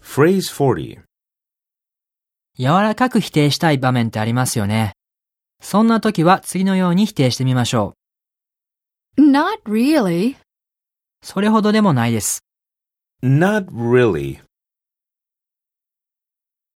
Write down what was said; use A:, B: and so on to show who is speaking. A: Phrase 40.
B: 柔らかく否定したい場面ってありますよね。そんな時は次のように否定してみましょ
C: Not really.
B: う。それほどでもないです。
A: Not really.